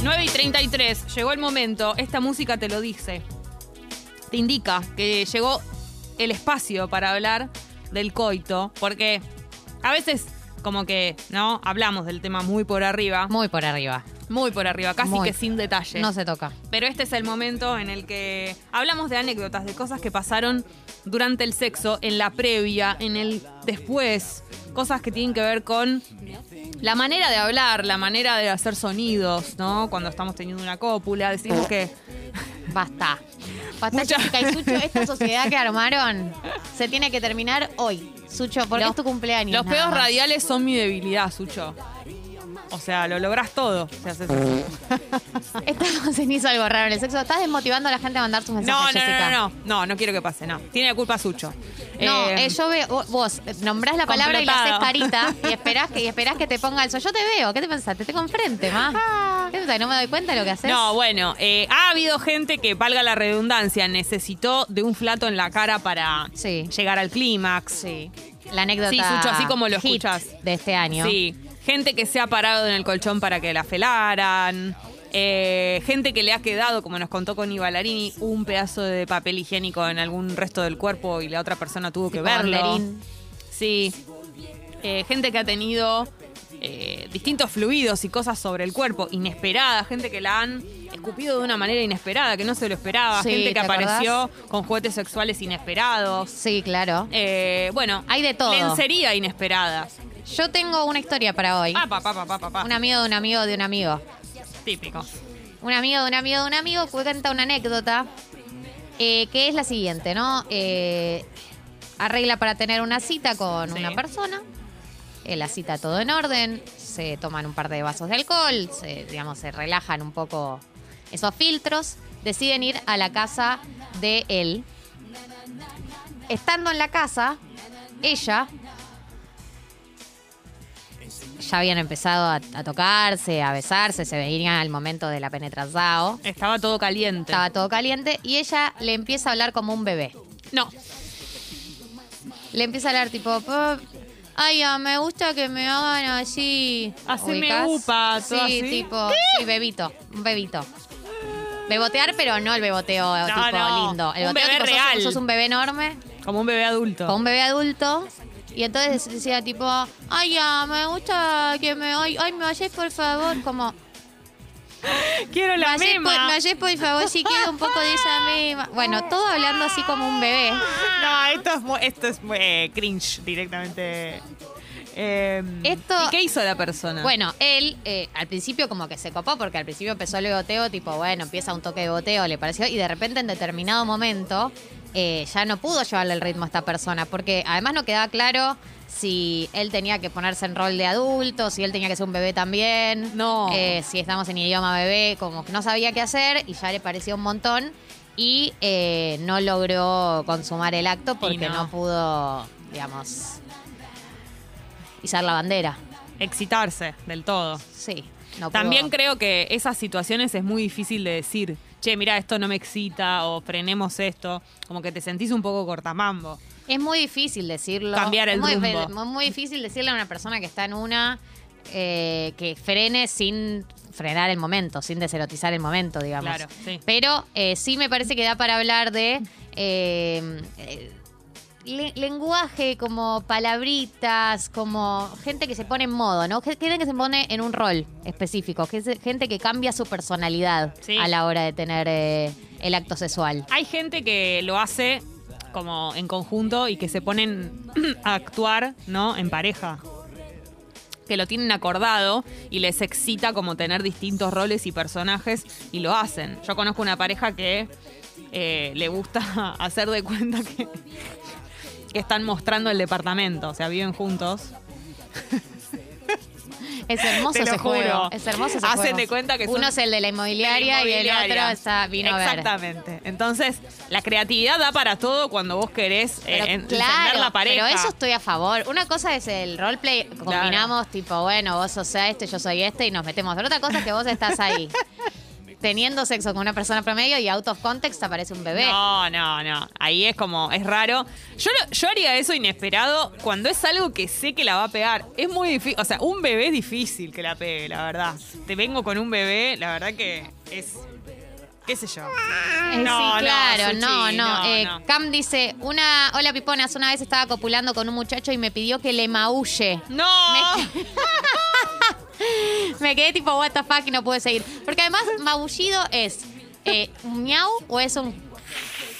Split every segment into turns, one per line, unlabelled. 9 y 33, llegó el momento. Esta música te lo dice. Te indica que llegó el espacio para hablar del coito. Porque a veces, como que, ¿no? Hablamos del tema muy por arriba.
Muy por arriba.
Muy por arriba, casi
Muy.
que sin detalle.
No se toca.
Pero este es el momento en el que hablamos de anécdotas, de cosas que pasaron durante el sexo, en la previa, en el después, cosas que tienen que ver con la manera de hablar, la manera de hacer sonidos, ¿no? Cuando estamos teniendo una cópula, decimos que
Basta. Basta,
Mucha-
chica y Sucho. Esta sociedad que armaron se tiene que terminar hoy. Sucho, porque
Los-
es tu cumpleaños.
los
nada
pedos
más.
radiales son mi debilidad, Sucho. O sea, lo lográs todo. si haces eso.
Estamos en hizo algo raro en el sexo. Estás desmotivando a la gente a mandar sus
No,
mensajes,
no, no,
Jessica.
no, no, no, no quiero que pase, no. Tiene la culpa Sucho.
No,
Eh,
eh, yo veo, vos- vos nombrás la palabra y la haces
Complotado.
carita y esperás, que, y esperás que te ponga el sol. Yo te veo, ¿qué te pensás? Te tengo enfrente, ma. ¿Qué te pensás? que ¿No me doy cuenta de lo que haces?
Ah. No, bueno, eh, ha habido gente que, valga la redundancia, necesitó de un flato en la cara para
Sí.
llegar al clímax.
Sí. La anécdota.
Sí, Sucho, así como lo
hit
escuchás.
De este año.
Sí. Gente que se ha parado en el colchón para que la felaran. Eh, gente que le ha quedado, como nos contó con Ibalarini, un pedazo de papel higiénico en algún resto del cuerpo y la otra persona tuvo que
Tipo
verlo.
banderín.
Sí. Eh, gente que ha tenido eh, distintos fluidos y cosas sobre el cuerpo, inesperadas, gente que la han escupido de una manera inesperada, que no se lo esperaba,
Sí,
gente que
¿te acordás?
apareció con juguetes sexuales inesperados.
Sí, claro.
Eh, bueno,
Hay de todo.
Lencería inesperada.
Yo tengo una historia para hoy.
Ah, pa, pa, pa, pa, pa, pa.
Un amigo de un amigo de un amigo.
Típico.
Un amigo de un amigo de un amigo cuenta una anécdota eh, que es la siguiente, ¿no? Eh, arregla para tener una cita con
Sí.
una persona. eh, la cita todo en orden. Se toman un par de vasos de alcohol. Se, digamos, se relajan un poco esos filtros. Deciden ir a la casa de él. Estando en la casa, ella ya habían empezado a, a tocarse, a besarse, se veían al momento de la penetración.
Estaba todo caliente.
Estaba todo caliente y ella le empieza a hablar como un bebé.
No,
Le empieza a hablar tipo, "Pa, ay, ah, me gusta que me hagan así.
Haceme
¿Ubicás?
upa,
Sí,
todo así.
tipo, sí, bebito, un bebito. Bebotear, pero no el beboteo tipo
no,
lindo. El
un
beboteo
bebé
tipo, sos-
real.
sos un bebé enorme,
como un bebé adulto.
con un bebé adulto. Y entonces decía tipo, ay, ah, me gusta que me, ay, ay, me vayas por favor, como...
Quiero la
Ayer
misma.
por, ayer, por favor, si quiero un poco de esa misma. Bueno, todo hablando así como un bebé.
No, esto es, mu- esto es mu- eh, cringe directamente. Eh,
Esto-
¿Y qué hizo la persona?
Bueno, él eh, al principio como que se copó porque al principio empezó el beboteo, tipo, bueno, empieza un toque de boteo, le pareció, y de repente en determinado momento eh, ya no pudo llevarle el ritmo a esta persona porque además no quedaba claro si él tenía que ponerse en rol de adulto, si él tenía que ser un bebé también.
No.
Eh, si estamos en idioma bebé, como que no sabía qué hacer y ya le parecía un montón. Y eh, no logró consumar el acto porque
no.
no pudo, digamos, izar la bandera.
Excitarse del todo.
Sí. No
También
puedo.
creo que esas situaciones es muy difícil de decir, che, mira, esto no me excita o frenemos esto. Como que te sentís un poco cortamambo.
Es muy difícil decirlo.
Cambiar el
Es muy,
rumbo.
fe- muy difícil decirle a una persona que está en una eh, que frene sin frenar el momento, sin deserotizar el momento, digamos.
Claro, sí.
Pero eh, sí me parece que da para hablar de eh, eh, le- lenguaje, como palabritas, como gente que se pone en modo, ¿no? Gen- Gente que se pone en un rol específico, que es gente que cambia su personalidad
Sí.
a la hora de tener eh, el acto sexual.
Hay gente que lo hace como en conjunto y que se ponen a actuar, ¿no? En pareja. Que lo tienen acordado y les excita como tener distintos roles y personajes y lo hacen. Yo conozco una pareja que eh, le gusta hacer de cuenta que, que están mostrando el departamento, o sea, viven juntos.
Es hermoso
Te lo
ese
juro.
juego. Es hermoso ese
Hacen
juego.
de cuenta que son
Uno es el de la inmobiliaria, y el
Inmobiliaria.
otro está, vino a ver.
Exactamente. Entonces, la creatividad da para todo cuando vos querés eh,
Pero,
en- encender
claro,
la pareja.
pero eso estoy a favor. Una cosa es el roleplay, combinamos tipo, bueno, vos sos este, yo soy este y nos metemos. Pero otra cosa es que vos estás ahí. teniendo sexo con una persona promedio y out of context aparece un bebé. Eh,
No, no, no. Ahí es como, es raro. Yo, lo- yo haría eso inesperado cuando es algo que sé que la va a pegar. Es muy difícil. O sea, un bebé es difícil que la pegue, la verdad. Te vengo con un bebé, la verdad que es. ¿Qué sé yo?
Eh,
No, no,
sí, claro,
Suchi,
no, no.
no,
Eh,
no.
Cam dice, una, hola Piponas, una vez estaba copulando con un muchacho y me pidió que le maulle.
¡No!
Me quedé tipo, what the fuck, y no pude seguir. Porque además, maullido es eh, un miau o es un...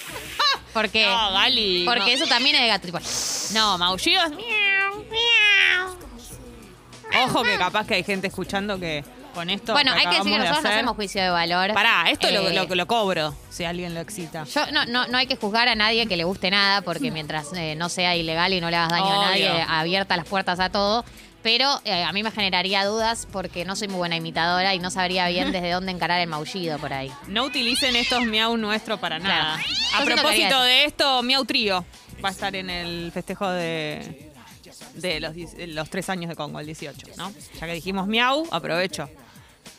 Porque,
No, Gali.
porque
no.
eso también es de gato. Tipo,
No, maullidos. miau, miau. Ojo que capaz que hay gente escuchando que con esto.
bueno, hay que decir
acabamos
que
de
nosotros no
hacer-
hacemos juicio de valor.
Pará, esto lo,
Eh,
lo, lo cobro si alguien lo excita.
Yo no, no, no hay que juzgar a nadie que le guste nada, porque mientras eh, no sea ilegal y no le hagas daño
Obvio.
a nadie, abierta las puertas a todo. Pero eh, a mí me generaría dudas porque no soy muy buena imitadora y no sabría bien desde dónde encarar el maullido por ahí.
No utilicen estos miau nuestro para
Claro.
nada.
Yo
A
siento que
propósito
haría
de esto, miau trío va a estar en el festejo de, de los, diez- eh, los tres años de Congo, el 18, ¿no? Ya que dijimos miau, aprovecho.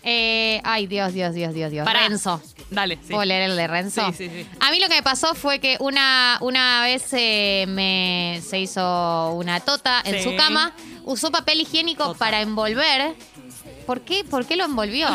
Eh, ay, Dios, Dios, Dios, Dios, Dios.
Pará.
Renzo.
Dale, sí.
¿Puedo leer el de Renzo?
Sí, sí, sí.
A mí lo que me pasó fue que una, una vez eh, me, se hizo una tota en
Sí.
su cama, usó papel higiénico
Tota.
para envolver. ¿Por qué, ¿Por qué lo envolvió?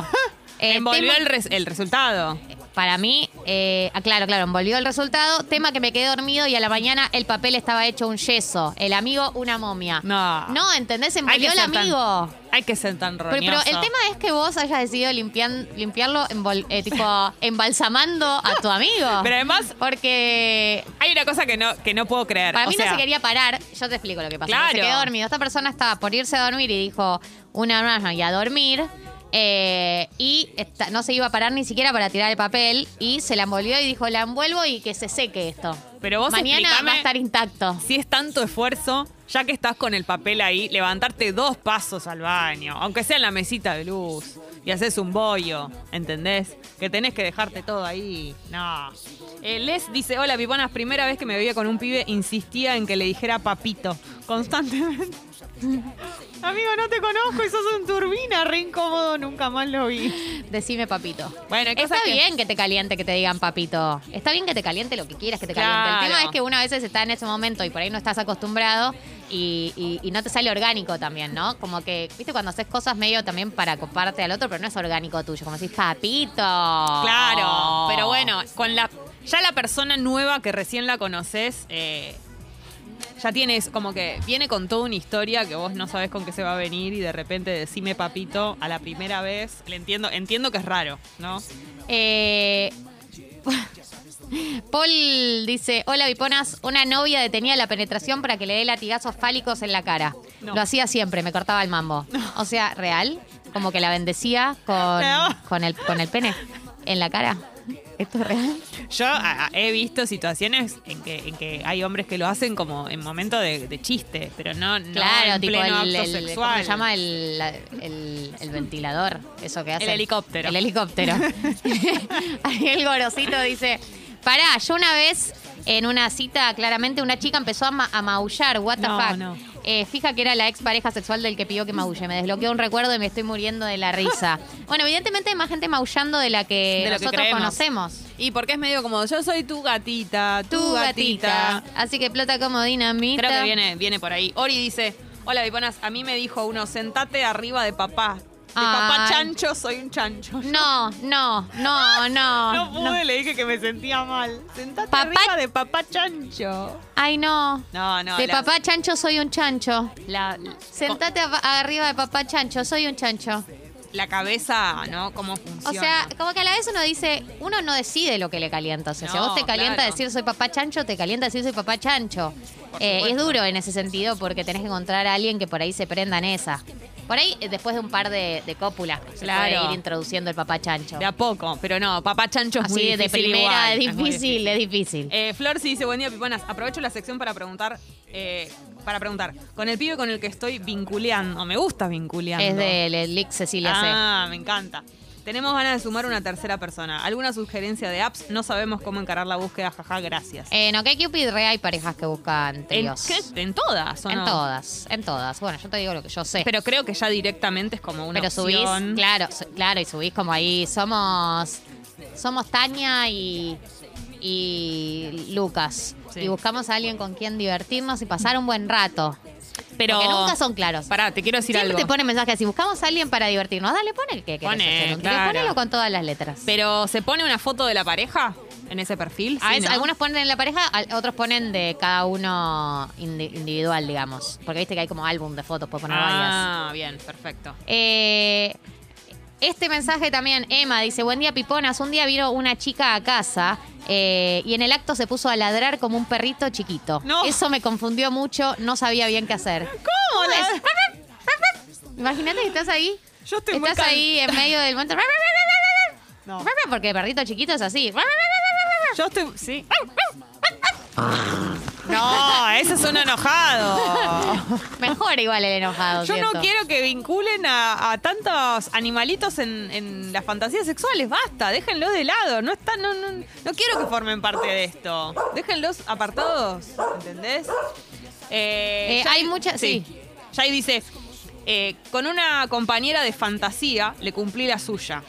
Eh,
Envolvió
tema-
el, res- el resultado.
Para mí, eh, ah, claro, claro, envolvió el resultado. Tema que me quedé dormido y a la mañana el papel estaba hecho un yeso. El amigo, una momia.
No.
No, ¿entendés?
Hay que
Envolvió el
ser tan-
amigo.
Hay que ser tan
Pero, pero
roñoso.
el tema es que vos hayas decidido limpian- limpiarlo envol- eh, tipo embalsamando a tu amigo.
Pero además-
Porque
Hay una cosa que no, que no puedo creer.
para
o
mí
sea,
no se quería parar. Yo te explico lo que pasó.
Claro.
Se quedó dormido. Esta persona estaba por irse a dormir y dijo una no y a dormir. eh, y esta- no se iba a parar ni siquiera para tirar el papel y se la envolvió y dijo la envuelvo y que se seque esto.
Pero vos
mañana
explícame-
va a estar intacto.
Si es tanto esfuerzo, ya que estás con el papel ahí, levantarte dos pasos al baño, aunque sea en la mesita de luz, y haces un bollo, ¿entendés? Que tenés que dejarte todo ahí. No. Eh, Les dice, hola piponas, primera vez que me veía con un pibe, insistía en que le dijera papito, constantemente. Amigo, no te conozco y sos un turbina, re incómodo, nunca más lo vi.
Decime papito.
Bueno, hay
Está
cosas que-
bien que te caliente, que te digan papito. Está bien que te caliente lo que quieras que te
Claro.
caliente. El tema es que uno a veces está en ese momento y por ahí no estás acostumbrado y, y- y no te sale orgánico también, ¿no? Como que, viste, cuando haces cosas medio también para coparte al otro, pero no es orgánico tuyo. Como decís, papito.
Claro,
Ah.
pero bueno, con la ya la persona nueva que recién la conoces, eh, ya tienes como que viene con toda una historia que vos no sabés con qué se va a venir y de repente decime papito a la primera vez, le entiendo, entiendo que es raro, ¿no?
Eh, Paul dice, hola Viponas, una novia detenía la penetración para que le dé latigazos fálicos en la cara.
No.
Lo hacía siempre, me cortaba el mambo. O sea, real, como que la bendecía con,
No.
con, el, con el pene en la cara. ¿Esto es real?
Yo a- a- he visto situaciones en que, en que hay hombres que lo hacen como en momento de, de chiste, pero no, no
claro,
en
tipo
pleno
el,
acto
el-
sexual.
¿cómo se llama? El, la- el- el ventilador, eso que hace.
helicóptero.
El helicóptero. Ariel Gorosito dice, pará, yo una vez en una cita, claramente una chica empezó a, ma- a maullar, what the
No,
fuck.
no.
Eh, fija que era la ex pareja sexual del que pidió que maulle. Me desbloqueó un recuerdo y me estoy muriendo de la risa. Bueno, evidentemente hay más gente maullando de la que
De lo que
nosotros
creemos.
conocemos.
Y porque es medio como, yo soy tu gatita, tu,
Tu gatita.
gatita.
Así que plota como dinamita.
Creo que viene, viene por ahí. Ori dice, hola Viponas, a mí me dijo uno, sentate arriba de papá. De papá
Ay.
chancho, soy un chancho.
No, no, no, no.
No pude, le dije que me sentía mal. Sentate
Papá-
arriba de papá chancho.
Ay, no.
No, no.
de
la-
papá chancho soy un chancho.
La,
Sentate ab- arriba de papá chancho, soy un chancho.
la cabeza, ¿no? ¿Cómo
O
funciona?
sea, como que a la vez uno dice, uno no decide lo que le calienta. O sea, si a
No,
vos te calienta
claro.
decir soy papá chancho, te calienta decir soy papá chancho.
Por
Eh, y es
supuesto.
duro en ese sentido porque tenés que encontrar a alguien que por ahí se prenda en esa. Por ahí, eh, después de un par de, de cópulas, se
Claro.
puede ir introduciendo el papá chancho.
de a poco, pero no, papá chancho es muy
Así de
difícil
primera,
igual,
es
es muy
difícil, es difícil.
Eh, Flor sí dice, buen día, Piponas. Aprovecho la sección para preguntar, eh, para preguntar, con el pibe con el que estoy vinculeando, me gusta vinculeando.
Es del Elix Cecilia C.
Ah, me encanta. Tenemos ganas de sumar una tercera persona. ¿Alguna sugerencia de apps? No sabemos cómo encarar la búsqueda, jaja, gracias.
En OkCupid re Eh, hay parejas que buscan
¿En,
tríos.
qué? ¿En todas o
En
no?
todas, en todas. Bueno, yo te digo lo que yo sé.
Pero creo que ya directamente es como una
Pero subís,
opción.
claro, su- claro, y subís como ahí, somos, somos Tania y, y Lucas.
Sí.
Y buscamos a alguien con quien divertirnos y pasar un buen rato.
Pero
Porque nunca son claros.
Pará, te quiero decir
Siempre
algo.
te pone mensajes así, buscamos a alguien para divertirnos. Dale, pone el que querés
Pone,
hacer un trío.
claro.
Ponelo con todas las letras.
Pero ¿se pone una foto de la pareja en ese perfil?
A
Sí,
veces-
¿no?
Algunos ponen en la pareja, al- otros ponen de cada uno indi- individual, digamos. Porque viste que hay como álbum de fotos, puedes poner varias.
Ah, bien, perfecto.
Eh, este mensaje también, Emma dice, buen día Piponas, un día vino una chica a casa eh, y en el acto se puso a ladrar como un perrito chiquito.
No.
Eso me confundió mucho, no sabía bien qué hacer.
¿Cómo? la-
es? Imagínate que estás ahí,
Yo estoy muy
estás
cal-
ahí en medio del monte,
No.
porque el perrito chiquito es así.
Yo estoy. Sí. No, ese es un enojado.
Mejor igual el enojado.
Yo no
¿cierto?
quiero que vinculen a, a tantos animalitos en, en las fantasías sexuales. Basta, déjenlos de lado. No, están, no, no, no quiero que formen parte de esto. Déjenlos apartados, ¿entendés? Eh,
Eh,
Jai-
hay muchas-
Jai dice, eh, con una compañera de fantasía le cumplí la suya.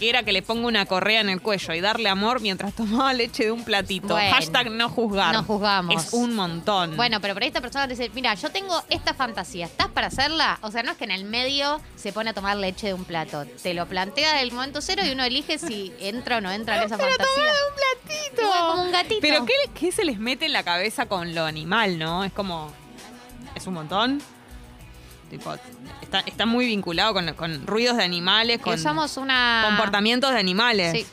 Que era que le ponga una correa en el cuello y darle amor mientras tomaba leche de un platito.
Bueno.
Hashtag no juzgar.
No juzgamos.
Es un montón.
Bueno, pero por ahí esta persona te dice, mira, yo tengo esta fantasía, ¿estás para hacerla? O sea, no es que en el medio se pone a tomar leche de un plato. Te lo plantea del momento cero y uno elige si entra o no entra en esa fantasía.
un platito.
Igual como un gatito.
Pero ¿qué, le- qué se les mete en la cabeza con lo animal, no? Es como. Es un montón. Tipo, está, está muy vinculado con, con ruidos de animales,
Que
con
somos una...
comportamientos de animales.
Sí.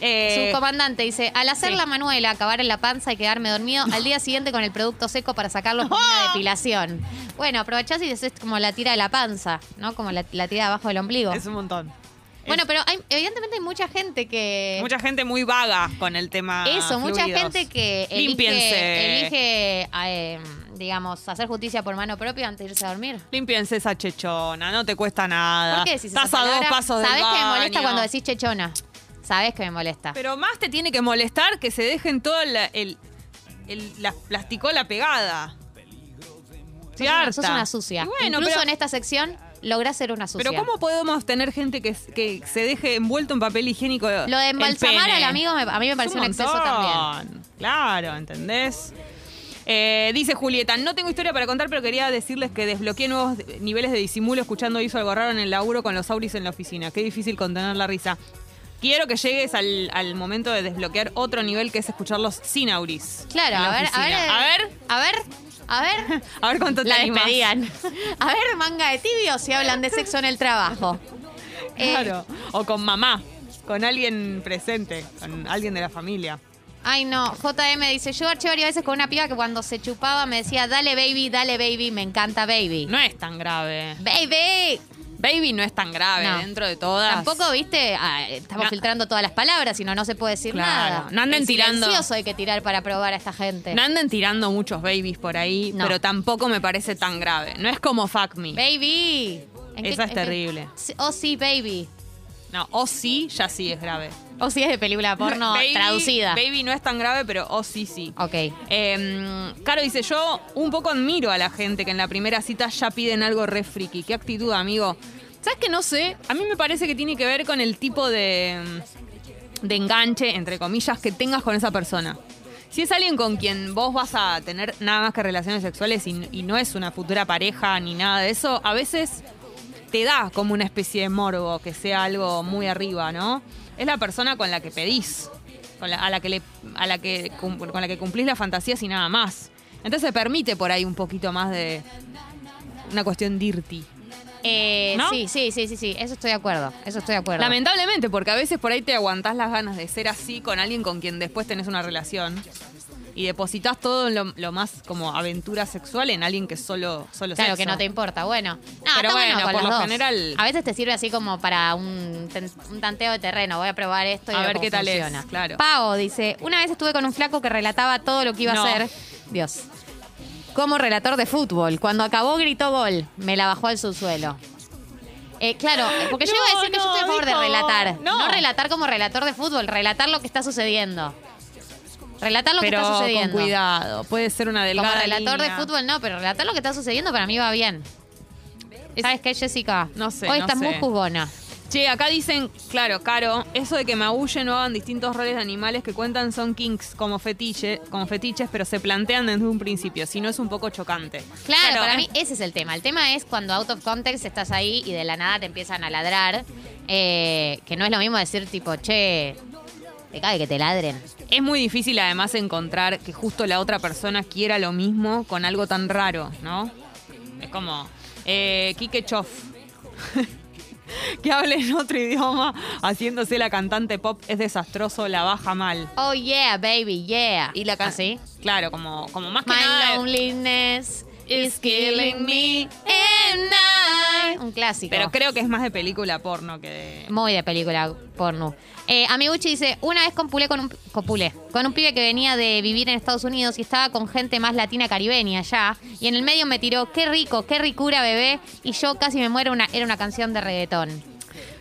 Eh,
Su comandante dice, al hacer
sí.
la manuela, acabar en la panza y quedarme dormido, al día siguiente con el producto seco para sacarlo con una depilación. Bueno, aprovechás y haces como la tira de la panza, ¿no? Como la, la tira de abajo del ombligo.
es un montón.
Bueno,
Es
pero hay- evidentemente hay mucha gente que...
mucha gente muy vaga con el tema.
Eh. Eso, mucha
fluidos.
gente que
Límpiense.
elige, elige eh, digamos, hacer justicia por mano propia antes de irse a dormir.
Límpiense esa chechona, no te cuesta nada.
¿Por qué decís
Estás
esa
a Ah, dos
palabra?
pasos de
Sabés que me molesta
baño.
cuando decís chechona. Sabés que me molesta.
Pero más te tiene que molestar que se dejen toda la, el, el- la plasticola pegada.
sos,
Estoy
una,
harta.
sos una sucia.
Y bueno,
Incluso
pero,
en esta sección lográs ser una sucia.
pero ¿cómo podemos tener gente que, que se deje envuelto en papel higiénico?
Lo de embalsamar al amigo me- a mí me pareció un, exceso también.
Claro, ¿entendés? Eh, dice Julieta, no tengo historia para contar, pero quería decirles que desbloqueé nuevos de- niveles de disimulo escuchando hizo algo raro en el laburo con los auris en la oficina. Qué difícil contener la risa. Quiero que llegues al, al momento de desbloquear otro nivel que es escucharlos sin auris.
Claro,
en la
a ver, a ver,
oficina. a ver.
a ver, a ver.
A ver cuánto te
La
animás.
despedían. A ver, manga de tibio si hablan de sexo en el trabajo. Eh,
Claro. O con mamá, con alguien presente, con alguien de la familia.
Ay, no. JM dice, yo arché varias veces con una piba que cuando se chupaba me decía, dale baby, dale baby, me encanta baby.
No es tan grave.
¡Baby!
Baby no es tan grave
No.
dentro de todas.
Tampoco, viste, Ah, estamos
No.
filtrando todas las palabras, si no, no se puede decir
Claro.
nada.
No anden
El
tirando.
silencioso hay que tirar para probar a esta gente.
No anden tirando muchos babies por ahí,
No.
pero tampoco me parece tan grave. No es como fuck me.
¡Baby! ¿En
Esa es terrible.
Sí, Oh, sí, baby.
No, o sí, ya sí es grave.
Oh, sí, es de película porno
Baby-
traducida.
Baby no es tan grave, pero o sí, sí.
Ok.
Eh, Caro dice, yo un poco admiro a la gente que en la primera cita ya piden algo re friki. Qué actitud, amigo. ¿Sabes que no sé? A mí me parece que tiene que ver con el tipo de, de enganche, entre comillas, que tengas con esa persona. Si es alguien con quien vos vas a tener nada más que relaciones sexuales y, y no es una futura pareja ni nada de eso, a veces te da como una especie de morbo, que sea algo muy arriba, ¿no? Es la persona con la que pedís, con la- a, la que le, a la que cum- con la que cumplís la fantasía y nada más. Entonces permite por ahí un poquito más de una cuestión dirty.
Eh,
¿No?
Sí, sí, sí, sí, sí. Eso estoy de acuerdo. Eso estoy de acuerdo.
Lamentablemente, porque a veces por ahí te aguantás las ganas de ser así con alguien con quien después tenés una relación y depositas todo en lo, lo más como aventura sexual en alguien que solo solo
Claro,
sexo.
que no te importa. Bueno, no,
Pero
está
bueno,
con
por
las
lo
dos.
general-
A veces te sirve así como para un, ten- un tanteo de terreno. Voy a probar esto y
A
veo
ver
cómo
qué tal es,
funciona.
claro.
Pao dice: Una vez estuve con un flaco que relataba todo lo que iba
No.
a hacer. Dios. Como relator de fútbol. Cuando acabó, gritó gol. Me la bajó al subsuelo. Eh, claro, porque yo
No,
iba a decir que yo
no,
estoy a favor de
dijo-
relatar. No.
no.
relatar como relator de fútbol, relatar lo que está sucediendo. Relatar lo que está
Pero con
sucediendo.
cuidado, puede ser una
como
delgada
relator
línea.
de fútbol, no, pero relatar lo que está sucediendo para mí va bien. ¿Sabes qué, Jessica?
No sé,
Hoy
no
estás
sé.
muy jugona.
Che, acá dicen, claro, Caro, eso de que maullen no hagan distintos roles de animales que cuentan son kinks como, fetiche, como fetiches, pero se plantean desde un principio, si no es un poco chocante.
Claro, para
eh,
mí ese es el tema. El tema es cuando out of context estás ahí y de la nada te empiezan a ladrar. eh, que no es lo mismo decir tipo, che, te cae que te ladren.
Es muy difícil además encontrar que justo la otra persona quiera lo mismo con algo tan raro, ¿no? Es como, eh, Kike Choff, que hable en otro idioma haciéndose la cantante pop es desastroso, la baja mal.
Oh yeah, baby, yeah.
can-
¿Así?
Claro, como, como más que
My
nada...
loneliness
is killing me
and I. Un clásico.
Pero creo que es más de película porno que de...
Muy de película porno. Eh, Amiguchi dice, una vez copulé con un, copulé con un pibe que venía de vivir en Estados Unidos y estaba con gente más latina caribeña allá. Y en el medio me tiró, qué rico, qué ricura, bebé. Y yo casi me muero, una, era una canción de reggaetón.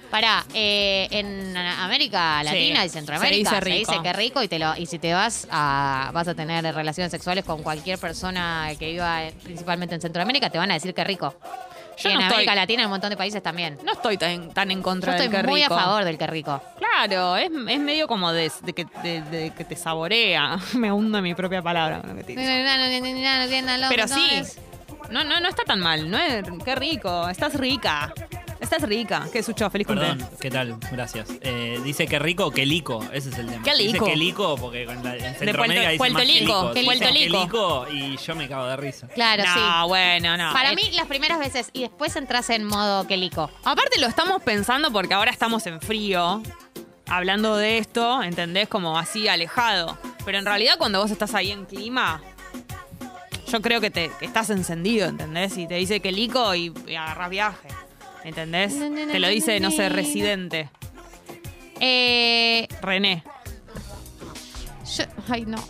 Pará, eh, en América Latina
Sí,
y Centroamérica
se
se
dice
dice,
rico.
que rico y te lo y si te vas a vas a tener relaciones sexuales con cualquier persona que viva eh, principalmente en Centroamérica te van a decir que rico.
Yo
y en
no estoy-
América Latina en un montón de países también.
No estoy tan, tan en
Yo
contra
estoy
del que
muy
rico.
a favor del que rico.
Claro, es, es medio como de, de que, de- de que te saborea. Me hundo en mi propia palabra. con lo que te digo. Pero
Pero
sí, no, no, no está tan mal. No es, qué rico, estás rica. Estás rica. Qué sucho, feliz
Perdón,
cumpleaños.
¿qué tal? Gracias. Eh, dice que rico o que lico, ese es el tema.
¿Qué lico?
Dice que lico porque con la- en Centroamérica dicen
Puerto
más que
Lico,
lico.
que
Dicen
lico.
que lico y yo me cago de risa.
Claro,
no,
sí.
bueno, no.
Para
Es-
mí, las primeras veces y después entras en modo quelico.
Aparte lo estamos pensando porque ahora estamos en frío, hablando de esto, ¿entendés? Como así alejado. Pero en realidad cuando vos estás ahí en clima, yo creo que te que estás encendido, ¿entendés? Y te dice que lico y, y agarrás viaje, ¿entendés?
Na, na, na,
Te lo
na,
dice,
na,
no sé,
na.
residente,
Eh,
René.
yo, ay, no.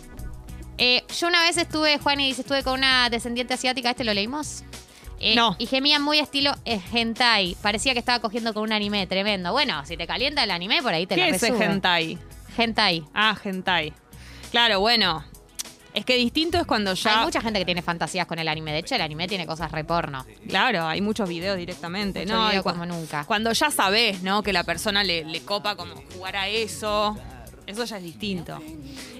Eh, yo una vez estuve, Juan, y dice, estuve con una descendiente asiática, ¿este lo leímos? Eh,
No.
Y gemía muy estilo eh, hentai. Parecía que estaba cogiendo con un anime tremendo. Bueno, si te calienta el anime, por ahí te
¿Qué
la
es el
resube.
hentai?
Hentai.
Ah, hentai. Claro, bueno. Es que distinto es cuando ya...
Hay mucha gente que tiene fantasías con el anime. De hecho, el anime tiene cosas re porno.
Claro, hay muchos videos directamente.
Mucho
no,
video
Y cua-
como nunca.
Cuando ya sabes, ¿no? Que la persona le, le copa como jugar a eso. Eso ya es distinto.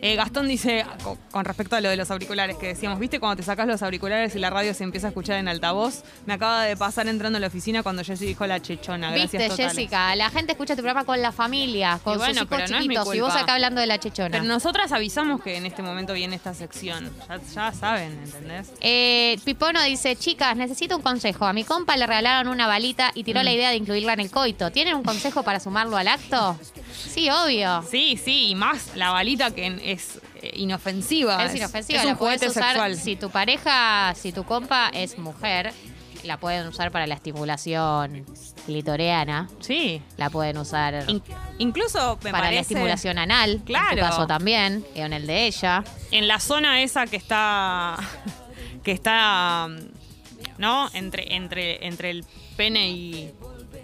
Eh, Gastón dice, co- con respecto a lo de los auriculares que decíamos, ¿viste cuando te sacas los auriculares y la radio se empieza a escuchar en altavoz? Me acaba de pasar entrando a la oficina cuando Jessy dijo la chechona. Ah, Gracias,
Viste,
totales.
Jessica, la gente escucha tu programa con la familia, con
Y bueno,
sus hijos
pero no es mi
chiquitos. y vos
culpa.
acá hablando de la chechona.
Pero nosotras avisamos que en este momento viene esta sección. Ya, ya saben, ¿entendés?
Eh, Pipono dice, chicas, necesito un consejo. A mi compa le regalaron una balita y
Mm.
tiró la idea de incluirla en el coito. ¿Tienen un consejo para sumarlo al acto? Sí, obvio.
Sí, sí, y más la balita que en- es eh, inofensiva.
es inofensiva,
es un
la podés
juguete
usar
sexual.
si tu pareja, si tu compa es mujer, la pueden usar para la estimulación clitoreana,
Sí.
la pueden usar
In- incluso me
para la
parece,
estimulación anal, en
Claro.
tu caso también, y en el de ella.
en la zona esa que está que está no entre entre entre el pene y,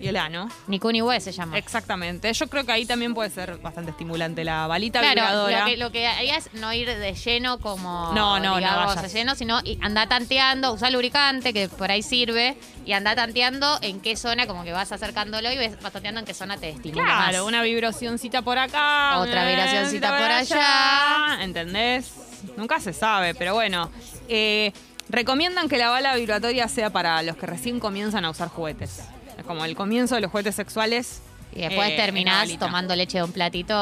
y el ano
Ni Kun ni Hue se llama.
exactamente yo creo que ahí también puede ser bastante estimulante la balita
Claro,
vibradora
lo que, lo que haría es no ir de lleno como.
No, no, no
digamos,
vayas.
de lleno, sino y anda tanteando, usa lubricante, que por ahí sirve, y anda tanteando en qué zona, como que vas acercándolo y ves- vas tanteando en qué zona te estimula. más.
claro una vibracioncita por acá
Otra
una
vibracioncita por allá.
entendés nunca se sabe pero bueno eh, recomiendan que la bala vibratoria sea para los que recién comienzan a usar juguetes Es como el comienzo de los juguetes sexuales
Y después
eh, en la
terminás
balita.
tomando leche de un platito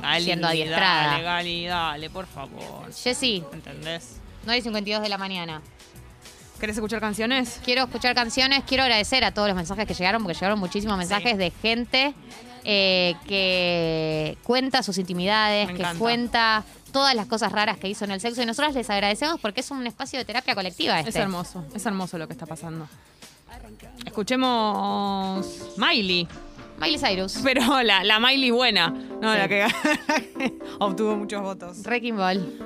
Dale,
siendo adiestrada.
Ah, Dale, Gali, dale, por favor.
Jessy,
¿Entendés?
9 y 52 de la mañana.
¿Querés escuchar canciones?
Quiero escuchar canciones, quiero agradecer a todos los mensajes que llegaron, porque llegaron muchísimos mensajes de gente eh, que cuenta sus intimidades,
Me
que
encanta.
cuenta todas las cosas raras que hizo en el sexo. Y nosotros les agradecemos porque es un espacio de terapia colectiva este.
Es hermoso, es hermoso lo que está pasando. Escuchemos Miley,
Miley Cyrus,
pero la, la Miley buena, no
Sí.
la que obtuvo muchos votos.
Wrecking Ball.